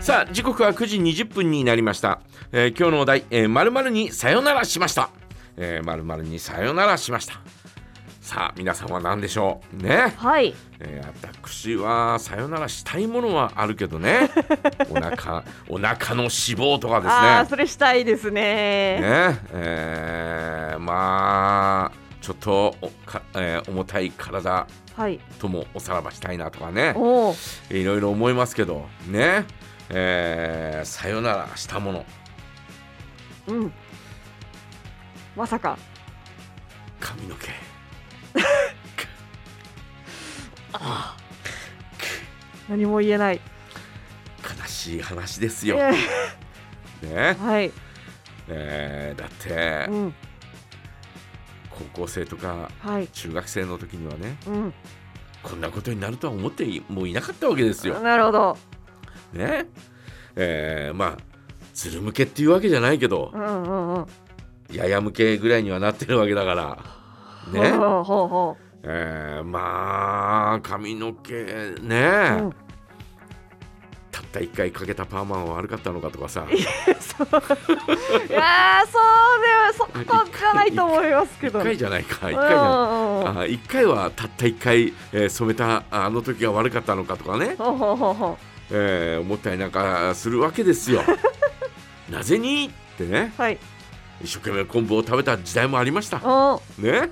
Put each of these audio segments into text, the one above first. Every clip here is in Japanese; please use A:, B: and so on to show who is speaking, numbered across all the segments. A: さあ時刻は9時20分になりました、えー今日のお題「まるまるにさよならしました」えー「まるまるにさよならしました」さあ皆さんは何でしょうね
B: はい。
A: えー私はさよならしたいものはあるけど ねお腹お腹の脂肪とかですね
B: ああ、それしたいですね。
A: ねえーまあちょっとおか、えー重たい体
B: はい。
A: ともおさらばしたいなとかね
B: おお。
A: いろいろ思いますけどねえーさよならしたもの
B: うん。まさか。
A: 髪の毛
B: 何も言えない。
A: 悲しい話です
B: え
A: よ、ね
B: ーはい。
A: えーだって
B: うん。
A: 高校生とか
B: はい。
A: 中学生の時にはね
B: うん。
A: こんなことになるとは思っていもういなかったわけですよ。
B: なるほど。
A: ねえーまあずる向けっていうわけじゃないけど
B: う、んうんうん。
A: やや向けぐらいにはなってるわけだから。ね
B: ほうほうほ
A: えーまあ髪の毛ね、
B: う。うん。
A: たった一回かけたパーマは悪かったのかとかさ
B: そう。いやー、そうでは、そこじゃないと思いますけ
A: 一
B: ど。
A: 回じゃないか一回じゃない
B: うんうんうん。
A: あ一回はたった一回、えー染めたああの時が悪かったのかとかね、
B: ほうほうほうほ
A: えー思ったりなんかするわけです よ。なぜにってね
B: う。はい。
A: 一生懸命昆布を食べた時代もありました。
B: お
A: ね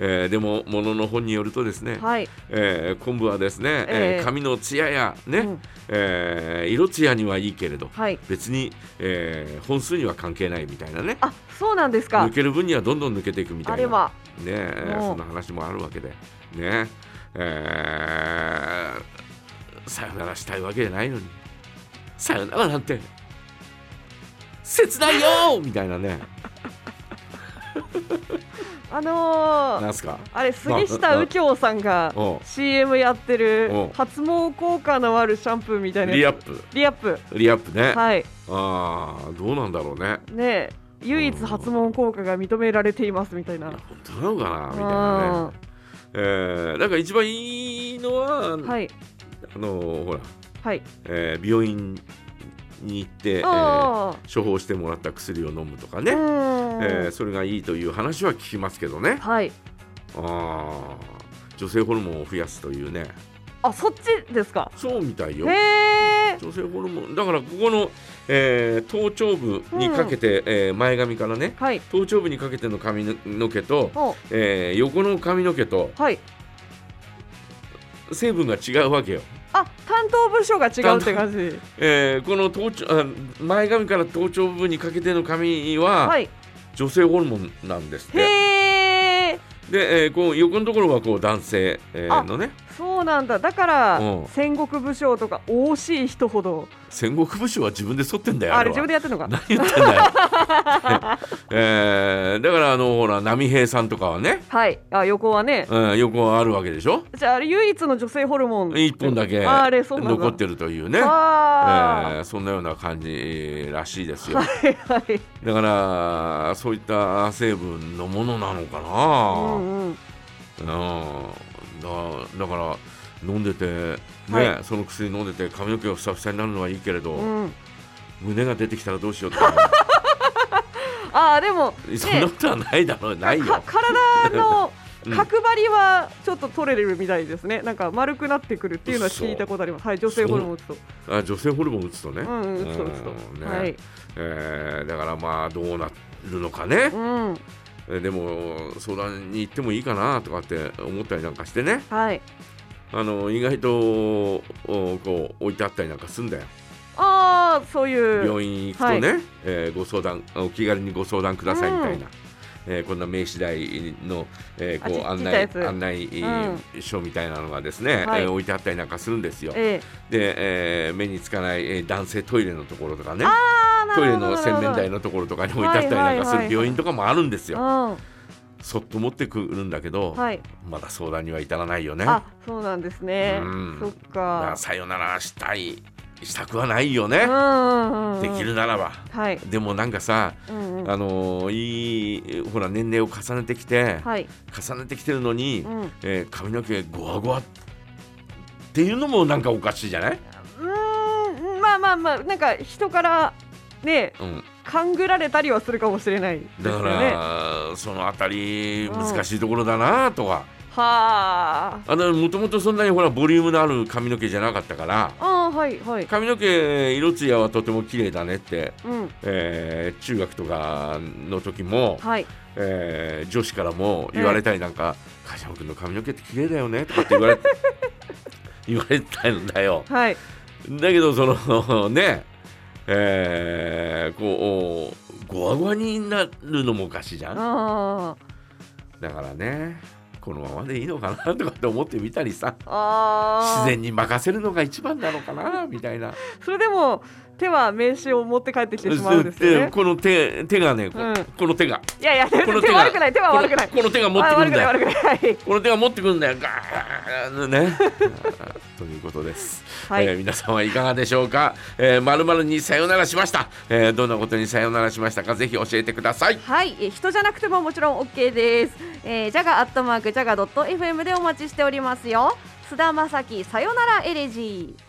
A: えーでもものの本によるとですね、
B: ーはい。
A: えー昆布はですね、えー
B: ええ
A: 髪の艶や、ね
B: うん
A: えー色艶にはいいけれど
B: はい。
A: 別に、えー本数には関係ないみたいなね
B: あ、そうなんですか
A: 抜。ける分にはどんどん抜けていくみた
B: あ
A: い
B: れ
A: な
B: は。
A: ねえ
B: もう
A: そんな話もあるわけでねえーさよならしたいわけじゃないのにさよならなんて切ないよーみたいなね
B: あのー
A: なんすか
B: あれ
A: まあ
B: 杉下右京さんが
A: おう
B: CM やって
A: おう
B: る発毛効果のあるシャンプーみたいな
A: リア
B: や
A: ップ
B: つリアップ
A: リアップね、
B: はい
A: ああどうなんだろうね
B: ねえ唯一発毛効果が認められていますみたい
A: い
B: な
A: や本当なのかなみたいな
B: あ
A: ね、えー、なんか一番いいのは、
B: ーはい
A: あのーほら、
B: はい
A: えー、病院に行って、えー
B: あ
A: 処方してもらった薬を飲むとか
B: ー
A: ね、
B: う
A: えー
B: ーん
A: それがいいという話は聞きますけどね
B: はい
A: あー女性ホルモンを増やすというね
B: あそっちですか
A: そうみたいよ
B: へえ
A: 女性ホルモンだからここの、えー頭頂部にかけて、えー前髪からね
B: はい
A: 頭頂部にかけての髪の毛と、
B: お
A: えー横の髪の毛と
B: はい
A: 成分が違うわけよ
B: あ担当部署が違うって感じ
A: えーこの頭頂あ前髪から頭頂部にかけての髪は、
B: はい
A: 女性ホルモンなんですっ
B: へ
A: て
B: え
A: で、えーこう横のところはこう男性、えー
B: あ
A: のね
B: そうなんだだか
A: うん
B: ら戦国武将とか惜しい人ほど
A: 戦国武将は自分で剃ってんだよ
B: あ
A: あれ
B: れ
A: は
B: 自分でやってるのか
A: 何言ってんだよ、えーだからあのほら波平さんとかはね、
B: はいあ横はね
A: うん、横はあるわけでしょ
B: じゃああれ唯一の女性ホルモン
A: 一本だけ
B: ああれそうなんだ
A: 残ってるというね、え
B: あ
A: ーそんなような感じらしいです
B: ー
A: よ
B: はいはい
A: だからそういった成分のものなのかな、
B: うんうん
A: ああだだから飲んでて、ね
B: は
A: その薬飲んでて髪の毛がふさふさになるのはいいけれど、
B: うん
A: 胸が出てきたらどうしようと か
B: ああでも
A: そんな
B: ね
A: ことはないだろうない
B: か
A: よ。
B: 体の
A: うん
B: 角張りはちょっと取れるみたいですねなんか丸くなってくるっていうのは聞いたことありますはい女性ホルモン打つと
A: あ女性ホルモン打つとね,、
B: うんうん打つと打つ
A: うん
B: と
A: ね
B: はい
A: えーだからまあどうなるのかね
B: う、ん
A: えーでも相談に行ってもいいかなとかって思ったりなんかしてね
B: はい
A: あの意外とおこう置いてあったりなんかすんだよ。
B: ああそういう
A: 病院行くとね、えーご相談お気軽にご相談くださいみたいな、えーこんな名刺台の、えーこう
B: あ
A: 案
B: ちちっちゃい
A: 内
B: やつ
A: 案内書みたいなのがですね、
B: はい
A: えー置いてあったりなんかするんですよ。で、
B: ええ
A: えー目につかない、えー男性トイレのところとかね
B: ああな
A: トイレ
B: るほど
A: の
B: な
A: 洗
B: るほど
A: 面台のところとかに置いてあったりなんかす
B: はいはいはいは
A: る
B: い
A: 病院とかもあるんですよ。
B: う
A: そっと持ってくるんだけど、
B: んはい
A: まだ相談には至らないよね。だ
B: あそうなんですね
A: うん
B: そっ
A: から
B: か
A: さよならしたいしたくはないよ
B: う
A: ね、
B: んうんうんうん
A: できるならば。
B: はい
A: でもなんかさ
B: うんうん
A: あのーいいほら年齢を重ねてきて、
B: はい
A: 重ねてきてるのに、
B: うん
A: えー髪の毛ゴワゴワっていうのもなんかおかしいじゃない、
B: うーんまあままあまあなんか人からね
A: うん、
B: 勘ぐられたりはするかもしれないです
A: だか
B: よ
A: ら、
B: ね。
A: そのあたり
B: うん
A: 難しいところだなとは
B: は
A: あのもともとそんなにほらボリュームのある髪の毛じゃなかったから
B: あ。あーはいはい。
A: 髪の毛色艶はとても綺麗だねって、
B: うん
A: えー中学とかの時も、
B: はい。
A: えー女子からも言われたりなんか「梶山君の髪の毛って綺麗だよね」とかって言 われ言われたんだよ。
B: はい。
A: だけどそのねえーこうごわごわになるのもおかしいじゃん
B: あー
A: だからねこのままでいいのかなとかって思ってみたりさ
B: あー。
A: 自然に任せるのが一番なのか なみたいな
B: それでも手は名刺を持って帰ってきてしまうんですよ
A: で
B: ね。
A: この手手がねこ,、
B: うん
A: の手が
B: いやいや手
A: この
B: 手悪くない手は悪くない。
A: このこの手が持ってくるんだ
B: あ
A: よ
B: 悪くない悪くない。
A: この手が持ってくるんだよガーッ ねあーということです、
B: はい
A: えー皆さんはいかがでしょうか「えー、まるにさよならしました、えーどんなことにさよならしましたかぜひ教えてください
C: はい、えー人じゃなくてももちろん OK です。えー、ジャガアットマークジャガドット FM でお待ちしておりますよ。須田まさきさよならエレジー。